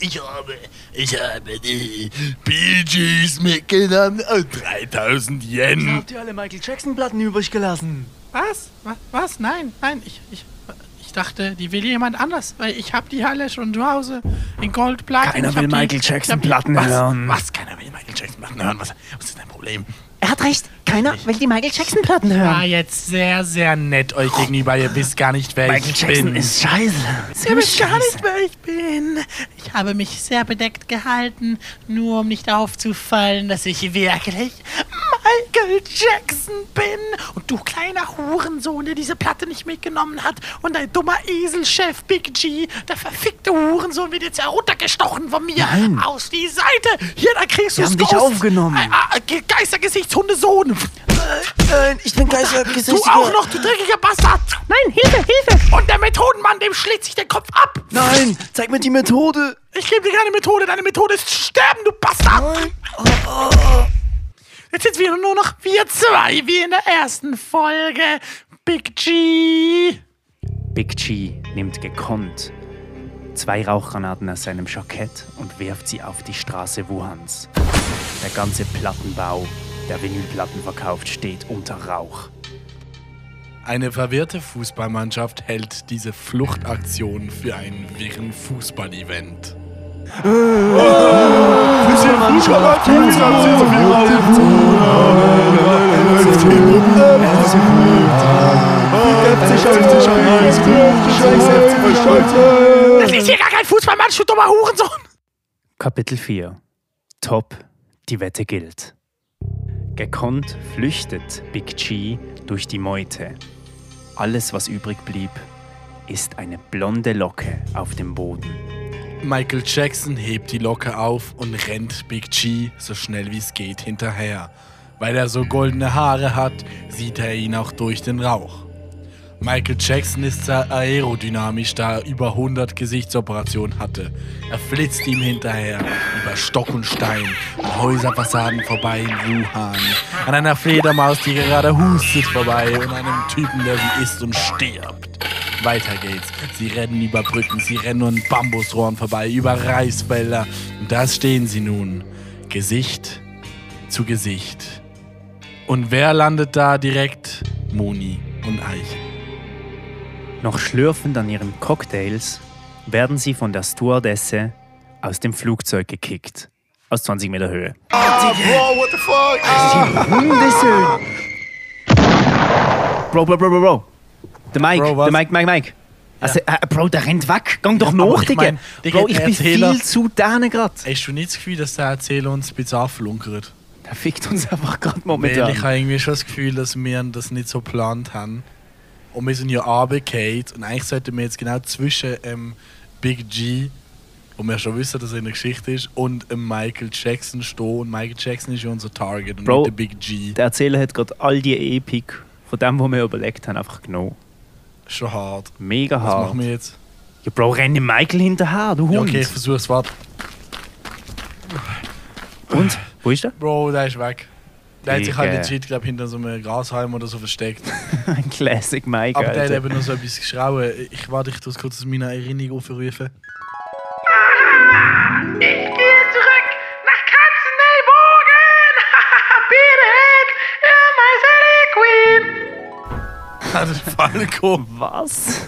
[SPEAKER 7] Ich habe, ich habe die Bee Gees mitgenommen und 3000 Yen.
[SPEAKER 6] ihr alle Michael Jackson-Platten übrig gelassen?
[SPEAKER 4] Was? Wa- Was? Nein, nein, ich, ich, ich dachte, die will jemand anders, weil ich hab die Halle schon zu Hause in Gold, Platin.
[SPEAKER 2] Keiner
[SPEAKER 4] ich hab
[SPEAKER 2] will
[SPEAKER 4] die,
[SPEAKER 2] Michael
[SPEAKER 4] ich hab
[SPEAKER 2] Jackson
[SPEAKER 4] die-
[SPEAKER 2] Platten
[SPEAKER 4] was,
[SPEAKER 2] hören.
[SPEAKER 4] Was? Keiner will Michael Jackson Platten hören? Was, was ist dein Problem?
[SPEAKER 6] Er hat recht. Keiner will die Michael Jackson-Platten hören.
[SPEAKER 4] War Ah, jetzt sehr, sehr nett euch gegenüber. Ihr wisst gar nicht, wer
[SPEAKER 6] Michael
[SPEAKER 4] ich
[SPEAKER 6] Jackson
[SPEAKER 4] bin.
[SPEAKER 6] ist scheiße.
[SPEAKER 4] Ihr wisst gar nicht, wer ich bin. Ich habe mich sehr bedeckt gehalten, nur um nicht aufzufallen, dass ich wirklich Michael Jackson bin. Und du kleiner Hurensohn, der diese Platte nicht mitgenommen hat. Und dein dummer Eselchef Big G, der verfickte Hurensohn, wird jetzt heruntergestochen von mir.
[SPEAKER 2] Nein.
[SPEAKER 4] Aus die Seite. Hier, da kriegst du
[SPEAKER 2] Wir haben dich aufgenommen.
[SPEAKER 4] äh, Geistergesichtshundesohn. Äh.
[SPEAKER 5] Nein, ich bin
[SPEAKER 4] Du
[SPEAKER 5] Geistergesichtiger.
[SPEAKER 4] auch noch, du dreckiger Bastard.
[SPEAKER 6] Nein, Hilfe, Hilfe.
[SPEAKER 4] Und der Methodenmann, dem schlägt sich der Kopf ab.
[SPEAKER 5] Nein, zeig mir die Methode.
[SPEAKER 4] Ich gebe dir keine Methode. Deine Methode ist sterben, du Bastard. Jetzt sind wir nur noch wir zwei, wie in der ersten Folge. Big G.
[SPEAKER 2] Big G nimmt gekonnt zwei Rauchgranaten aus seinem Jackett und wirft sie auf die Straße Wuhans. Der ganze Plattenbau, der Vinylplatten verkauft, steht unter Rauch.
[SPEAKER 7] Eine verwirrte Fußballmannschaft hält diese Fluchtaktion für einen wirren Fußball-Event.
[SPEAKER 4] Das ist hier gar kein Fußballmatch, du dummer Hurensohn.
[SPEAKER 2] Kapitel 4 Top, die Wette gilt. Gekonnt flüchtet Big G durch die Meute. Alles, was übrig blieb, ist eine blonde Locke auf dem Boden.
[SPEAKER 7] Michael Jackson hebt die Locke auf und rennt Big G so schnell wie es geht hinterher. Weil er so goldene Haare hat, sieht er ihn auch durch den Rauch. Michael Jackson ist sehr aerodynamisch, da er über 100 Gesichtsoperationen hatte. Er flitzt ihm hinterher, über Stock und Stein, an Häuserfassaden vorbei in Wuhan, an einer Fledermaus, die gerade hustet, vorbei und einem Typen, der sie isst und stirbt. Weiter geht's. Sie rennen über Brücken, sie rennen an Bambusrohren vorbei, über Reisfelder. Und da stehen sie nun. Gesicht zu Gesicht. Und wer landet da direkt? Moni und Eiche.
[SPEAKER 2] Noch schlürfend an ihren Cocktails werden sie von der Stewardesse aus dem Flugzeug gekickt. Aus 20 Meter Höhe. Hundesöhn! Bro, bro, bro, bro, bro. Der Mike,
[SPEAKER 7] Bro, was?
[SPEAKER 2] der Mike, Mike, Mike. Also, äh, Bro, der rennt weg. Gang doch
[SPEAKER 7] Ja, aber
[SPEAKER 2] nach,
[SPEAKER 7] ich
[SPEAKER 2] Digga.
[SPEAKER 7] mein, Digga,
[SPEAKER 2] Bro, ich
[SPEAKER 7] der
[SPEAKER 2] bin
[SPEAKER 7] Erzähler-
[SPEAKER 2] viel zu dane grad.
[SPEAKER 7] Ey, schon nicht das Gefühl, dass der Erzähler uns bizarr flunkert.
[SPEAKER 13] Der fickt uns einfach gerade
[SPEAKER 7] Weil ich
[SPEAKER 13] momentan.
[SPEAKER 7] habe irgendwie schon das Gefühl, dass wir das nicht so geplant haben. Und wir sind ja runtergefallen und eigentlich sollten wir jetzt genau zwischen ähm, Big G, wo wir schon wissen, dass er in der Geschichte ist, und ähm, Michael Jackson stehen. Und Michael Jackson ist ja unser Target und
[SPEAKER 2] Bro,
[SPEAKER 7] nicht der Big G.
[SPEAKER 2] Der Erzähler hat gerade all die Epik von dem, was wir überlegt haben, einfach genommen.
[SPEAKER 7] Schon hart.
[SPEAKER 2] Mega
[SPEAKER 7] Was
[SPEAKER 2] hart.
[SPEAKER 7] machen wir jetzt?
[SPEAKER 2] Ja, Bro, renne Michael hinterher, du Hund.
[SPEAKER 7] Ja, okay, ich versuch's, warte.
[SPEAKER 2] Und? Wo ist der?
[SPEAKER 7] Bro, der ist weg. Der hat sich halt
[SPEAKER 2] Digga.
[SPEAKER 7] legit, glaube hinter so einem Grashalm oder so versteckt.
[SPEAKER 2] Ein Classic Michael.
[SPEAKER 7] Aber der hat
[SPEAKER 2] Alter.
[SPEAKER 7] eben noch so etwas geschrauben. Ich warte, ich das kurz aus meiner Erinnerung aufrufen.
[SPEAKER 12] Ich gehe zurück nach Katzenelbogen. Bitte, you're my city queen.
[SPEAKER 7] Das ist Falco.
[SPEAKER 2] Was?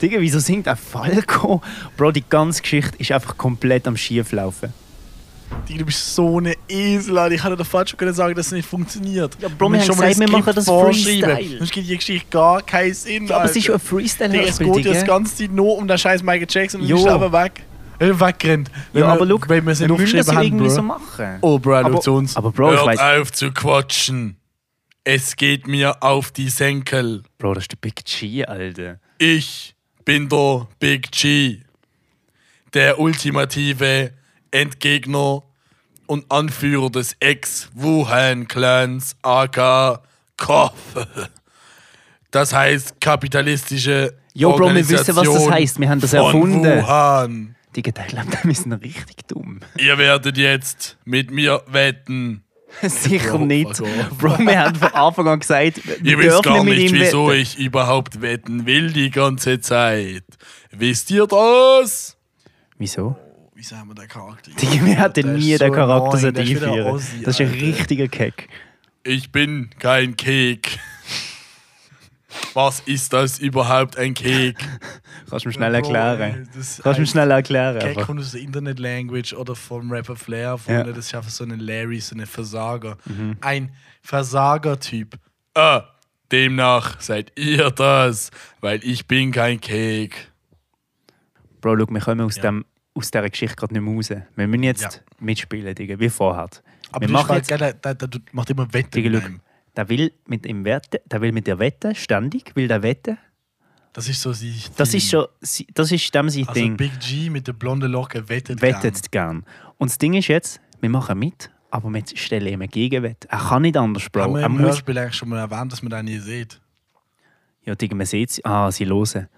[SPEAKER 2] Digga, wieso singt der Falco? Bro, die ganze Geschichte ist einfach komplett am Schieflaufen.
[SPEAKER 7] Digga, du bist so eine Esel, Alter. ich hätte dir fast schon können sagen, dass es nicht funktioniert. Ja,
[SPEAKER 2] Bro, wir haben gesagt, wir machen das Freestyle.
[SPEAKER 7] Sonst gibt die Geschichte gar keinen Sinn,
[SPEAKER 2] Ja, aber es ist ja ein
[SPEAKER 7] Digga, es
[SPEAKER 2] Freestyle-Hörspiel,
[SPEAKER 7] geht ja das
[SPEAKER 2] Digga.
[SPEAKER 7] ganze Zeit nur um den scheiß Michael Jackson und
[SPEAKER 2] Jo.
[SPEAKER 7] ist aber weg. Er ist weggerannt. Weil
[SPEAKER 2] Ja,
[SPEAKER 7] wir-
[SPEAKER 2] aber look,
[SPEAKER 7] weil wir es nicht
[SPEAKER 2] wir müssen das
[SPEAKER 7] aufgeschrieben haben,
[SPEAKER 2] irgendwie
[SPEAKER 7] Bro.
[SPEAKER 2] so machen.
[SPEAKER 7] Oh, Bro,
[SPEAKER 2] Aber-
[SPEAKER 7] aber, zu uns.
[SPEAKER 2] aber Bro, ich weiß-
[SPEAKER 7] auf zu quatschen. Es geht mir auf die Senkel.
[SPEAKER 2] Bro, das ist der Big G, Alter.
[SPEAKER 7] Ich bin der Big G, der ultimative Endgegner und Anführer des Ex-Wuhan-Clans AK Koff. Das heißt kapitalistische
[SPEAKER 2] Jo, Bro, wir wissen, was das
[SPEAKER 7] Organisation
[SPEAKER 2] heißt. Wir haben das
[SPEAKER 7] von
[SPEAKER 2] erfunden.
[SPEAKER 7] Wuhan.
[SPEAKER 2] Digga, der glaubt, wir sind richtig dumm.
[SPEAKER 7] Ihr werdet jetzt mit mir wetten.
[SPEAKER 2] Sicher
[SPEAKER 7] Bro,
[SPEAKER 2] nicht.
[SPEAKER 7] fuck off.
[SPEAKER 2] Bro, wir haben von Anfang an gesagt, wir
[SPEAKER 7] Ihr wisst
[SPEAKER 2] dürfen
[SPEAKER 7] gar
[SPEAKER 2] mit
[SPEAKER 7] nicht,
[SPEAKER 2] ihm
[SPEAKER 7] wieso
[SPEAKER 2] wetten.
[SPEAKER 7] ich überhaupt wetten will die ganze Zeit. Wisst ihr das?
[SPEAKER 2] Wieso?
[SPEAKER 7] Wieso haben wir den Charakter?
[SPEAKER 2] Digga, wir hatten
[SPEAKER 7] Der ist
[SPEAKER 2] nie
[SPEAKER 7] so
[SPEAKER 2] den Charakter
[SPEAKER 7] annoying,
[SPEAKER 2] so
[SPEAKER 7] der ist wieder
[SPEAKER 2] einführen.
[SPEAKER 7] Ossi,
[SPEAKER 2] Das ist ein
[SPEAKER 7] Alter.
[SPEAKER 2] richtiger Keck.
[SPEAKER 7] Ich bin kein Kek. Was ist das überhaupt ein Kek?
[SPEAKER 2] Kannst du mir schnell
[SPEAKER 7] Bro,
[SPEAKER 2] erklären.
[SPEAKER 7] ey, das
[SPEAKER 2] Kannst du mir
[SPEAKER 7] heißt,
[SPEAKER 2] schnell erklären.
[SPEAKER 7] Kek
[SPEAKER 2] einfach.
[SPEAKER 7] kommt aus der Internet-Language oder vom Rapper Flair. Von
[SPEAKER 2] Ja.
[SPEAKER 7] Das ist einfach so ein Larry, so ein Versager.
[SPEAKER 2] Mhm.
[SPEAKER 7] Ein Versager-Typ. Äh, demnach seid ihr das, weil ich bin kein Kek.
[SPEAKER 2] Bro, schau, wir kommen aus, dem, aus dieser Geschichte gerade nicht mehr raus. Wir müssen jetzt
[SPEAKER 7] Ja.
[SPEAKER 2] mitspielen, Digga, wie vorher. wir
[SPEAKER 7] Aber das
[SPEAKER 2] machen
[SPEAKER 7] ist
[SPEAKER 2] jetzt,
[SPEAKER 7] halt, gell, der, der, der macht immer Wetten.
[SPEAKER 2] Digga,
[SPEAKER 7] mit
[SPEAKER 2] schau,
[SPEAKER 7] einem.
[SPEAKER 2] der will mit, ihm wetten, der will mit dir wetten, ständig, will der wetten.
[SPEAKER 7] Das ist so sie.
[SPEAKER 2] Das ist schon, si- das ist dem sein
[SPEAKER 7] Hm. Also
[SPEAKER 2] Ding.
[SPEAKER 7] Big G mit der blonden Locke wettet. gern.
[SPEAKER 2] Wettet gern. Und das Ding ist jetzt, wir machen mit, aber wir stellen ihm eine Gegenwette. Er kann nicht anders, Bro.
[SPEAKER 7] Haben wir
[SPEAKER 2] Er
[SPEAKER 7] im
[SPEAKER 2] muss,
[SPEAKER 7] Hörspiel eigentlich schon mal erwähnt, dass man den nie sieht?
[SPEAKER 2] ja, Digga, man sieht Ah, sie hören.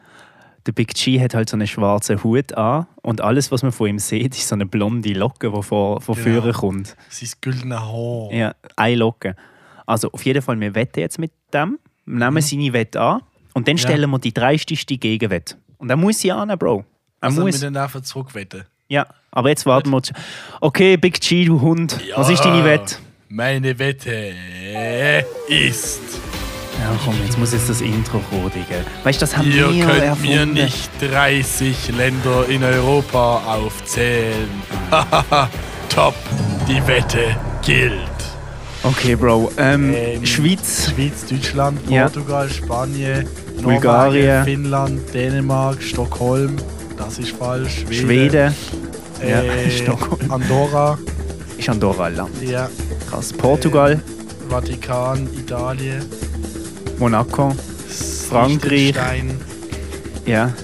[SPEAKER 2] Der Big G hat halt so einen schwarzen Hut an und alles, was man von ihm sieht, ist so eine blonde Locke, die von, von
[SPEAKER 7] Genau.
[SPEAKER 2] vorne kommt.
[SPEAKER 7] Sein güldene Haar.
[SPEAKER 2] Ja, einloggen. Also auf jeden Fall, wir wetten jetzt mit dem, nehmen seine Wette an und dann
[SPEAKER 7] Mhm. Ja.
[SPEAKER 2] stellen wir die dreisteste Gegenwette. Und er muss sie annehmen, Bro. Er
[SPEAKER 7] Also
[SPEAKER 2] muss.
[SPEAKER 7] wir dann einfach zurückwetten.
[SPEAKER 2] Ja, aber jetzt warten wir. zu- Okay, Big G, du Hund, was ist deine Wette?
[SPEAKER 7] Meine Wette ist,
[SPEAKER 2] Ja, komm, jetzt muss jetzt das Intro kommen, Digga. Weißt du, das haben
[SPEAKER 7] ihr
[SPEAKER 2] wir
[SPEAKER 7] könnt
[SPEAKER 2] erfunden.
[SPEAKER 7] mir nicht 30 Länder in Europa aufzählen. Hahaha, Top, die Wette gilt.
[SPEAKER 2] Okay, Bro. Ähm,
[SPEAKER 7] Ähm,
[SPEAKER 2] Schweiz.
[SPEAKER 7] Schweiz, Deutschland,
[SPEAKER 2] Ja.
[SPEAKER 7] Portugal, Spanien,
[SPEAKER 2] Bulgarien.
[SPEAKER 7] Norwegen, Finnland, Dänemark, Stockholm. Das ist falsch.
[SPEAKER 2] Schweden. Ja,
[SPEAKER 7] Äh,
[SPEAKER 2] Stockholm.
[SPEAKER 7] Andorra.
[SPEAKER 2] Ist Andorra ein Land.
[SPEAKER 7] Ja.
[SPEAKER 2] Krass. Portugal,
[SPEAKER 7] Vatikan, Italien, Ähm.
[SPEAKER 2] Monaco, Frankreich.
[SPEAKER 7] Liechtenstein,
[SPEAKER 2] Ja.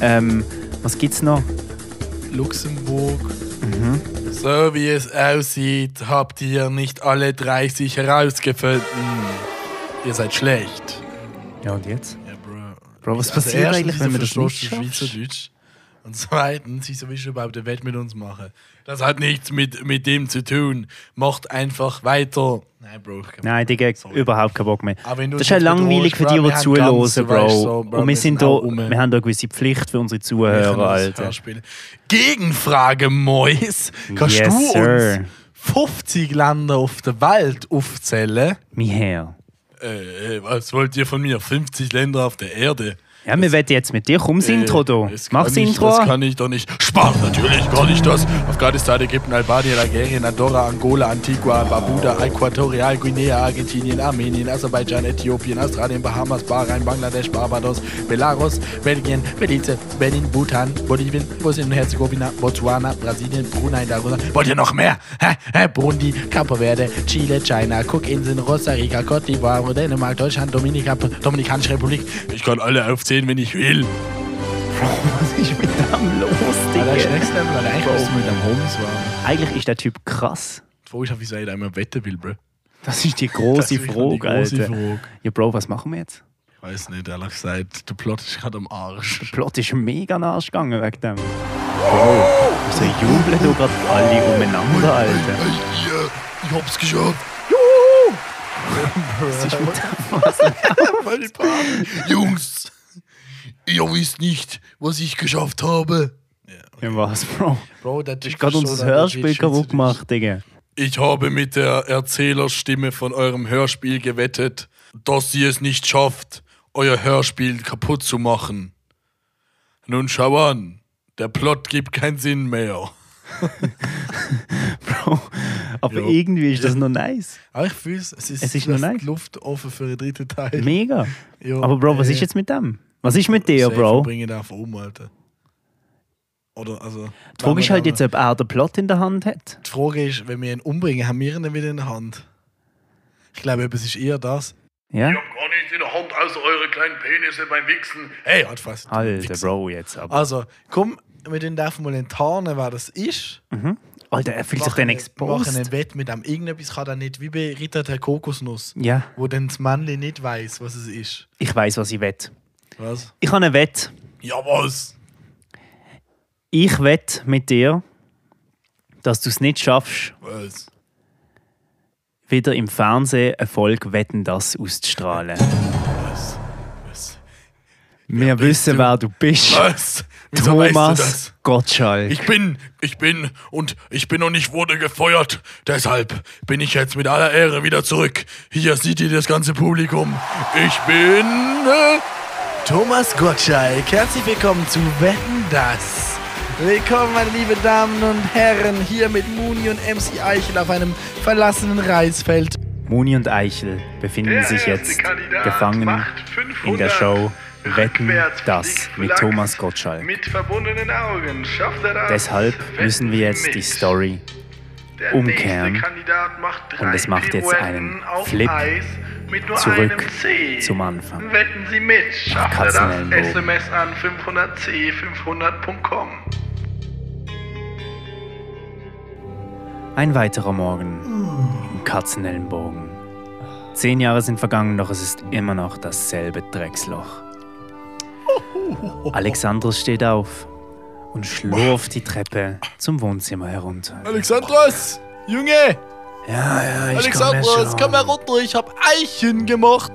[SPEAKER 2] Ähm, was gibt's noch?
[SPEAKER 7] Luxemburg.
[SPEAKER 2] Mhm.
[SPEAKER 7] So wie es aussieht, habt ihr nicht alle 30 herausgefunden. Ihr seid schlecht.
[SPEAKER 2] Ja, und jetzt?
[SPEAKER 7] Ja, Bro.
[SPEAKER 2] Bro, was
[SPEAKER 7] Also
[SPEAKER 2] passiert
[SPEAKER 7] erstens,
[SPEAKER 2] eigentlich,
[SPEAKER 7] wieso
[SPEAKER 2] wenn wir das nicht
[SPEAKER 7] verstehst du
[SPEAKER 2] schaffen?
[SPEAKER 7] Schweizerdeutsch? Und zweitens, wieso willst du überhaupt eine Welt mit uns machen? Das hat nichts mit, mit dem zu tun. Macht einfach weiter. Nein, Bro. ich-
[SPEAKER 2] Nein, Digga, überhaupt keinen Bock mehr.
[SPEAKER 7] Aber wenn du
[SPEAKER 2] Das ist
[SPEAKER 7] es
[SPEAKER 2] ja
[SPEAKER 7] jetzt
[SPEAKER 2] langweilig
[SPEAKER 7] wiederholst,
[SPEAKER 2] für
[SPEAKER 7] Bro,
[SPEAKER 2] die,
[SPEAKER 7] wir
[SPEAKER 2] die
[SPEAKER 7] haben
[SPEAKER 2] zuhören,
[SPEAKER 7] ganz- du
[SPEAKER 2] Bro.
[SPEAKER 7] weißt so, Bro,
[SPEAKER 2] Und wir,
[SPEAKER 7] wir
[SPEAKER 2] sind
[SPEAKER 7] sind
[SPEAKER 2] da,
[SPEAKER 7] auch um.
[SPEAKER 2] wir haben da eine gewisse Pflicht für unsere
[SPEAKER 7] Wir können
[SPEAKER 2] Zuhörer,
[SPEAKER 7] das
[SPEAKER 2] Alter.
[SPEAKER 7] Hörspiel. Gegenfrage, Mois. Kannst
[SPEAKER 2] Yes,
[SPEAKER 7] du
[SPEAKER 2] sir.
[SPEAKER 7] uns 50 Länder auf der Welt aufzählen?
[SPEAKER 2] Mein Herr.
[SPEAKER 7] Äh, was wollt ihr von mir? 50 Länder auf der Erde?
[SPEAKER 2] Ja, wir werden jetzt mit dir. Komm, das Intro da. Mach das
[SPEAKER 7] ich,
[SPEAKER 2] Intro.
[SPEAKER 7] Das
[SPEAKER 2] an.
[SPEAKER 7] kann ich doch nicht. Spar natürlich kann ich das. Afghanistan, Ägypten, Albanien, Algerien, Andorra, Angola, Antigua, Barbuda, Äquatorial, Guinea, Argentinien, Armenien, Aserbaidschan, Äthiopien, Australien, Bahamas, Bahrain, Bangladesch, Barbados, Belarus, Belgien, Belize, Benin, Bhutan, Bolivien, Bosnien und Herzegowina, Botswana, Brasilien, Brunei, Darussan. Wollt ihr noch mehr? Hä? Hä? Burundi, Capo Verde, Chile, China, Cookinseln, Costa Rica, Cote d'Ivoire, Dänemark, Deutschland, Dominika, Dominikanische Republik. Ich kann alle aufzählen, wenn ich will. Ah,
[SPEAKER 2] Digga.
[SPEAKER 7] eigentlich müssen wir mit dem Holmes war.
[SPEAKER 2] Eigentlich ist der Typ krass.
[SPEAKER 7] Die Frage ist auch, wieso er immer wetten will, bro.
[SPEAKER 2] Das ist die große
[SPEAKER 7] Das ist
[SPEAKER 2] Frage,
[SPEAKER 7] die große
[SPEAKER 2] Alter.
[SPEAKER 7] Frage.
[SPEAKER 2] Ja, Bro, was machen wir jetzt?
[SPEAKER 7] Ich weiß nicht, ehrlich gesagt, der Plot ist gerade am Arsch.
[SPEAKER 2] Der Plot ist mega nass gegangen wegen dem. Wow! Wieso jubeln da gerade alle umeinander, Alter?
[SPEAKER 7] Ich hab's geschafft.
[SPEAKER 2] Was ist mit dem?
[SPEAKER 7] Meine Panik. Jungs, ihr wisst nicht, was ich geschafft habe.
[SPEAKER 2] Ja, was, Bro?
[SPEAKER 7] Bro, das
[SPEAKER 2] Du hast gerade unser Hörspiel kaputt gemacht, Digga.
[SPEAKER 7] Ich habe mit der Erzählerstimme von eurem Hörspiel gewettet, dass sie es nicht schafft, euer Hörspiel kaputt zu machen. Nun schau an, der Plot gibt keinen Sinn mehr.
[SPEAKER 2] Aber
[SPEAKER 7] Ja.
[SPEAKER 2] irgendwie ist das noch nice.
[SPEAKER 7] Aber ich fühle es, ist,
[SPEAKER 2] Es ist noch
[SPEAKER 7] lässt
[SPEAKER 2] nice.
[SPEAKER 7] Luft offen für den dritten Teil.
[SPEAKER 2] Mega.
[SPEAKER 7] Ja,
[SPEAKER 2] Aber Bro, was
[SPEAKER 7] äh,
[SPEAKER 2] ist jetzt mit dem? Was ist mit dir,
[SPEAKER 7] Safe, wir
[SPEAKER 2] Bro?
[SPEAKER 7] bringen den einfach um, Alter. Oder, also,
[SPEAKER 2] Die Frage ist halt jetzt, ob er den Plot in der Hand hat.
[SPEAKER 7] Die Frage ist, wenn wir ihn umbringen, haben wir ihn wieder in der Hand. Ich glaube, es ist eher das.
[SPEAKER 2] Ja?
[SPEAKER 7] Gar nicht in der Hand, außer eure kleinen Penisse beim Wichsen. Hey, halt fast.
[SPEAKER 2] Alter, Bro, jetzt aber.
[SPEAKER 4] Also,
[SPEAKER 7] Also, komm, wir dürfen einfach mal enttarnen, wer das ist.
[SPEAKER 2] Mhm. Alter, er fühlt sich
[SPEAKER 7] Machen
[SPEAKER 2] dann
[SPEAKER 7] ein- Machen
[SPEAKER 2] exposed.
[SPEAKER 7] ein Wett mit dem. Irgendetwas kann er nicht, wie bei Ritter der Kokosnuss.
[SPEAKER 2] Ja.
[SPEAKER 7] Wo dann das Männchen nicht weiß, was es ist.
[SPEAKER 2] Ich weiß, was ich wett.
[SPEAKER 7] Was?
[SPEAKER 2] Ich habe eine Wett.
[SPEAKER 7] Ja, was?
[SPEAKER 2] Ich wett mit dir, dass du es nicht schaffst,
[SPEAKER 7] Was?
[SPEAKER 2] wieder im Fernsehen eine Folge Wetten das auszustrahlen.
[SPEAKER 7] Was? Was?
[SPEAKER 2] Wir wissen, wer du bist.
[SPEAKER 7] Was? Äh, Wieso
[SPEAKER 2] Thomas
[SPEAKER 7] weißt du das?
[SPEAKER 2] Gottschalk.
[SPEAKER 7] Ich bin, ich bin und ich bin und ich wurde gefeuert. Deshalb bin ich jetzt mit aller Ehre wieder zurück. Hier sieht ihr das ganze Publikum. Ich bin. Äh,
[SPEAKER 4] Thomas Gottschalk, herzlich willkommen zu Wetten das.
[SPEAKER 3] Willkommen, meine lieben Damen und Herren, hier mit Muni und MC Eichel auf einem verlassenen Reisfeld.
[SPEAKER 2] Moni und Eichel befinden
[SPEAKER 3] Der
[SPEAKER 2] sich
[SPEAKER 3] erste
[SPEAKER 2] jetzt
[SPEAKER 3] Kandidat
[SPEAKER 2] gefangen
[SPEAKER 3] macht
[SPEAKER 2] in der
[SPEAKER 3] 500
[SPEAKER 2] Show Wetten
[SPEAKER 3] rückwärts
[SPEAKER 2] das mit
[SPEAKER 3] Flachs
[SPEAKER 2] Thomas Gottschalk.
[SPEAKER 3] Mit verbundenen Augen schafft er das.
[SPEAKER 2] Deshalb müssen wir jetzt die Story
[SPEAKER 3] Der
[SPEAKER 2] umkehren
[SPEAKER 3] nächste Kandidat macht drei
[SPEAKER 2] und es macht jetzt
[SPEAKER 3] Pirouetten
[SPEAKER 2] einen
[SPEAKER 3] auf
[SPEAKER 2] Flip
[SPEAKER 3] Eis mit nur
[SPEAKER 2] zurück
[SPEAKER 3] einem C.
[SPEAKER 2] zum Anfang.
[SPEAKER 3] Wetten Sie mit. Schafft er das?
[SPEAKER 2] Katzenellenbogen.
[SPEAKER 3] SMS an 500c500.com.
[SPEAKER 2] Ein weiterer Morgen im Katzenellenbogen. Zehn Jahre sind vergangen, doch es ist immer noch dasselbe Drecksloch. Alexandros steht auf und schlurft die Treppe zum Wohnzimmer herunter.
[SPEAKER 7] Alexandros! Junge!
[SPEAKER 2] Ja, ja, Äh, ich komme ja
[SPEAKER 4] Alexandros,
[SPEAKER 2] schon.
[SPEAKER 4] komm mal runter, ich hab Eichen gemacht.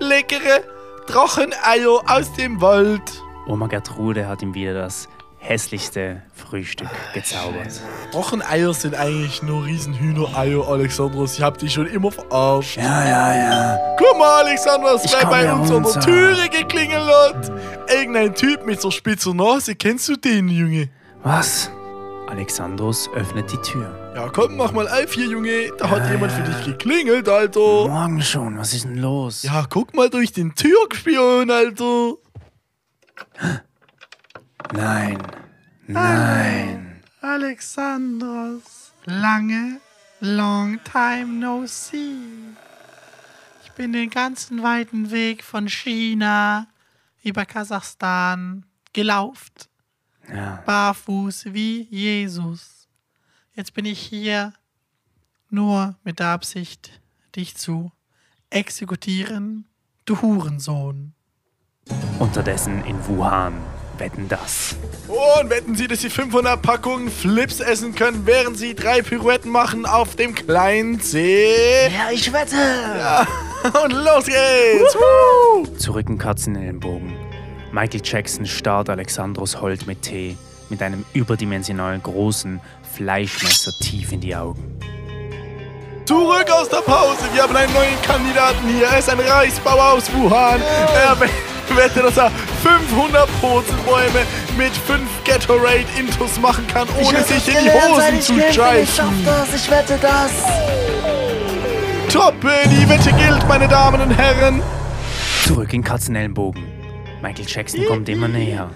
[SPEAKER 4] Leckere Dracheneier aus dem Wald.
[SPEAKER 2] Oma Gertrude hat ihm wieder das hässlichste Frühstück gezaubert.
[SPEAKER 4] Dracheneier sind eigentlich nur Riesenhühnereier, Alexandros. Ich hab dich schon immer verarscht.
[SPEAKER 2] Ja, ja, ja.
[SPEAKER 4] Guck mal, Alexandros,
[SPEAKER 2] Ich
[SPEAKER 4] wer
[SPEAKER 2] komm
[SPEAKER 4] bei
[SPEAKER 2] ja
[SPEAKER 4] uns an der
[SPEAKER 2] runter.
[SPEAKER 4] Türe geklingelt hat. Irgendein Typ mit so spitzer Nase, kennst du den, Junge?
[SPEAKER 2] Was? Alexandros öffnet die Tür.
[SPEAKER 4] Ja, komm, mach mal auf hier, Junge. Da hat jemand für dich geklingelt, Alter.
[SPEAKER 2] Oh. Morgen schon, was ist denn los?
[SPEAKER 4] Ja, guck mal durch den Türspion, Alter.
[SPEAKER 2] Nein. Nein.
[SPEAKER 12] Alexandros, lange, long time no see. Ich bin den ganzen weiten Weg von China über Kasachstan gelauft.
[SPEAKER 2] Ja.
[SPEAKER 12] Barfuß wie Jesus. Jetzt bin ich hier nur mit der Absicht, dich zu exekutieren, du Hurensohn.
[SPEAKER 2] Unterdessen in Wuhan. Wetten das.
[SPEAKER 4] Oh, Und wetten Sie, dass Sie 500 Packungen Flips essen können, während Sie drei Pirouetten machen auf dem kleinen See?
[SPEAKER 5] Ja, ich wette.
[SPEAKER 4] Ja. Und los geht's! Wuhu!
[SPEAKER 2] Zurück in Katzenellenbogen. Michael Jackson starrt Alexandros Holt mit Tee mit einem überdimensional großen Fleischmesser tief in die Augen.
[SPEAKER 4] Zurück aus der Pause, wir haben einen neuen Kandidaten hier. Er ist ein Reisbauer aus Wuhan. Er, we-
[SPEAKER 7] wette, dass er 500 Purzelbäume mit 5 Gatorade Intus machen kann, ohne
[SPEAKER 14] hab das
[SPEAKER 7] sich in die
[SPEAKER 14] gelernt, seit
[SPEAKER 7] Hosen
[SPEAKER 14] ich
[SPEAKER 7] zu
[SPEAKER 14] Kind bin. Ich
[SPEAKER 7] scheißen.
[SPEAKER 14] Das, ich wette das.
[SPEAKER 7] Toppe, die Wette gilt, meine Damen und Herren.
[SPEAKER 2] Zurück in Katzenellenbogen. Michael Jackson kommt immer näher.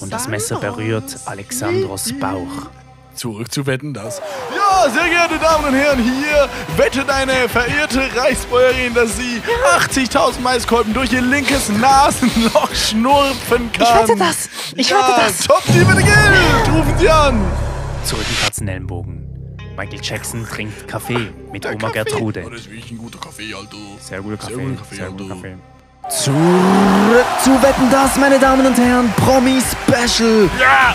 [SPEAKER 2] Und das Messer berührt Alexandros Bauch.
[SPEAKER 15] Zurück zu wetten, das.
[SPEAKER 7] Ja, sehr geehrte Damen und Herren, hier wettet eine verirrte Reichsbäuerin, dass sie 80.000 Maiskolben durch ihr linkes Nasenloch schnurfen kann.
[SPEAKER 14] Ich wette das. Ich
[SPEAKER 7] ja,
[SPEAKER 14] wette das.
[SPEAKER 7] Top, die Wette gilt. Rufen Sie an.
[SPEAKER 2] Zurück in Katzenellenbogen. Michael Jackson trinkt Kaffee mit Oma Gertrude.
[SPEAKER 15] Oh, das ist wirklich ein guter Kaffee, Alter.
[SPEAKER 2] Sehr guter Kaffee.
[SPEAKER 15] guter Kaffee,
[SPEAKER 2] Sehr guter Kaffee.
[SPEAKER 5] Zurück zu Wetten das, meine Damen und Herren. Promi Special.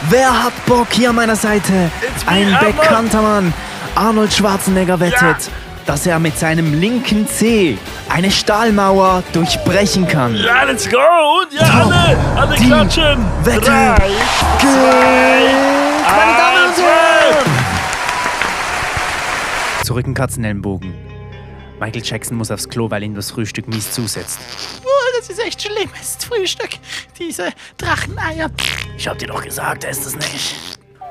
[SPEAKER 5] Wer hat Bock hier an meiner Seite? Ein bekannter Mann. Arnold Schwarzenegger wettet, dass er mit seinem linken Zeh eine Stahlmauer durchbrechen kann.
[SPEAKER 4] Ah,
[SPEAKER 16] Ja, let's go! Und ja, alle, alle klatschen!
[SPEAKER 5] Wette
[SPEAKER 16] Drei, zwei, meine Damen und Herren!
[SPEAKER 2] Zurück in Katzenellenbogen. Michael Jackson muss aufs Klo, weil ihm das Frühstück mies zusetzt.
[SPEAKER 4] Oh, das ist echt schlimmes Frühstück. Diese Dracheneier.
[SPEAKER 2] Ich hab dir doch gesagt, er ist es nicht.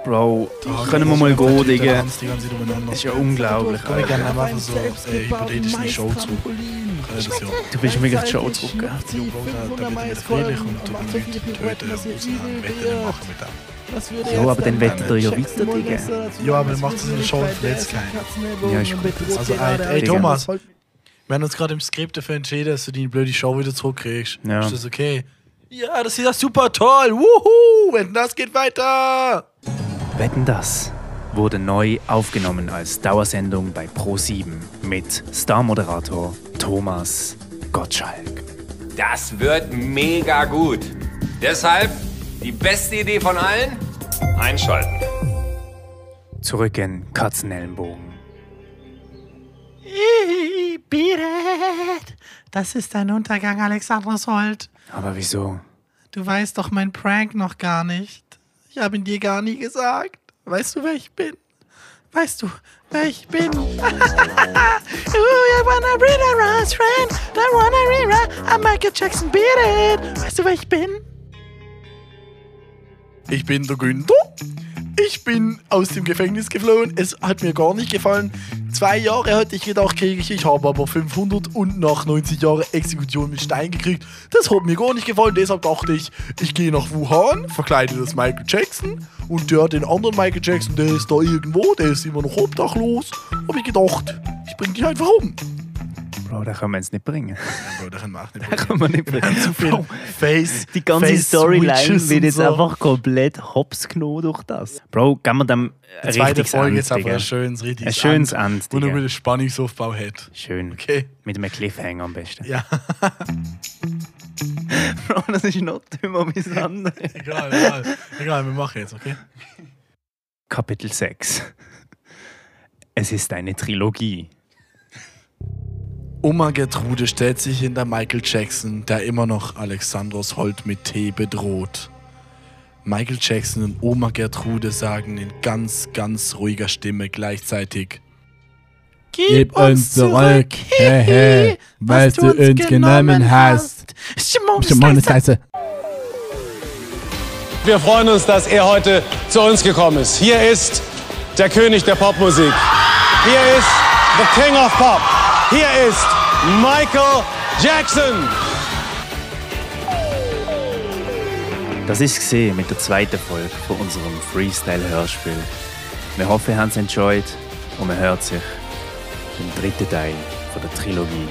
[SPEAKER 2] Bro, können wir mal gehen, Digga. Ist ja unglaublich, Alter.
[SPEAKER 17] einfach so äh, hypothetisch eine Show zu. Äh, das ja.
[SPEAKER 2] Du bist mega Show zurück, gell? Ja, aber dann wettet er ja weiter, Digga.
[SPEAKER 17] Ja, aber dann macht es eine Show und verletzt keinen.
[SPEAKER 2] Ja, ist gut.
[SPEAKER 17] Also, ey, ey
[SPEAKER 2] Digga.
[SPEAKER 17] Thomas, wir haben uns gerade im Skript dafür entschieden, dass du deine blöde Show wieder zurückkriegst.
[SPEAKER 2] Ja.
[SPEAKER 17] Ist das okay? Ja, das ist ja super toll. Wuhu, wenn das geht weiter.
[SPEAKER 2] Wetten das wurde neu aufgenommen als Dauersendung bei Pro7 mit Starmoderator Thomas Gottschalk.
[SPEAKER 18] Das wird mega gut. Deshalb die beste Idee von allen: einschalten.
[SPEAKER 2] Zurück in Katzenellenbogen.
[SPEAKER 4] Biret. Das ist dein Untergang, Alexandros Holt.
[SPEAKER 2] Aber wieso?
[SPEAKER 4] Du weißt doch mein Prank noch gar nicht. Ich habe ihn dir gar nie gesagt. Weißt du, wer ich bin? Weißt du, wer ich bin? Ooh, I wanna be a Ross friend. I wanna be a I'm Michael Jackson, beat it. Weißt du, wer ich bin?
[SPEAKER 7] Ich bin der Günther. Ich bin aus dem Gefängnis geflohen. Es hat mir gar nicht gefallen. Zwei Jahre hatte ich gedacht, kriege ich. Ich habe aber 500 und nach 90 Jahren Exekution mit Stein gekriegt. Das hat mir gar nicht gefallen. Deshalb dachte ich, ich gehe nach Wuhan, verkleide das Michael Jackson. Und der, den anderen Michael Jackson, der ist da irgendwo, der ist immer noch obdachlos. Habe ich gedacht, ich bringe dich einfach um.
[SPEAKER 2] Bro, da können wir es nicht bringen.
[SPEAKER 7] Bro, daran macht
[SPEAKER 2] Da können wir nicht bringen.
[SPEAKER 7] Zu viel Face.
[SPEAKER 2] Die ganze
[SPEAKER 7] Face
[SPEAKER 2] Storyline
[SPEAKER 7] Switches
[SPEAKER 2] wird
[SPEAKER 7] und
[SPEAKER 2] jetzt
[SPEAKER 7] so.
[SPEAKER 2] einfach komplett hops genommen durch das. Bro, gehen wir dann
[SPEAKER 7] Die
[SPEAKER 2] richtig
[SPEAKER 7] zweite Folge
[SPEAKER 2] End,
[SPEAKER 7] ist einfach
[SPEAKER 2] Digga.
[SPEAKER 7] ein schönes, richtiges
[SPEAKER 2] Ein schönes End,
[SPEAKER 7] Wo nur
[SPEAKER 2] Digga.
[SPEAKER 7] wieder Spannungsaufbau hat.
[SPEAKER 2] Schön.
[SPEAKER 7] Okay.
[SPEAKER 2] Mit einem Cliffhanger am besten.
[SPEAKER 7] Ja.
[SPEAKER 2] Bro, das ist noch dümmer wie das andere.
[SPEAKER 7] Egal, egal. Egal, wir machen jetzt, okay?
[SPEAKER 2] Kapitel 6. Es ist eine Trilogie.
[SPEAKER 7] Oma Gertrude stellt sich hinter Michael Jackson, der immer noch Alexandros Holt mit Tee bedroht. Michael Jackson und Oma Gertrude sagen in ganz, ganz ruhiger Stimme gleichzeitig:
[SPEAKER 4] Gib,
[SPEAKER 7] uns zurück, hehe,
[SPEAKER 4] was du uns genommen hast. Schmuckscheiße.
[SPEAKER 19] Wir freuen uns, dass er heute zu uns gekommen ist. Hier ist der König der Popmusik. Hier ist the King of Pop. Hier ist Michael Jackson.
[SPEAKER 2] Das ist gesehen mit der zweiten Folge von unserem Freestyle-Hörspiel. Wir hoffen, ihr habt es enjoyed und man hört sich im dritten Teil von der Trilogie.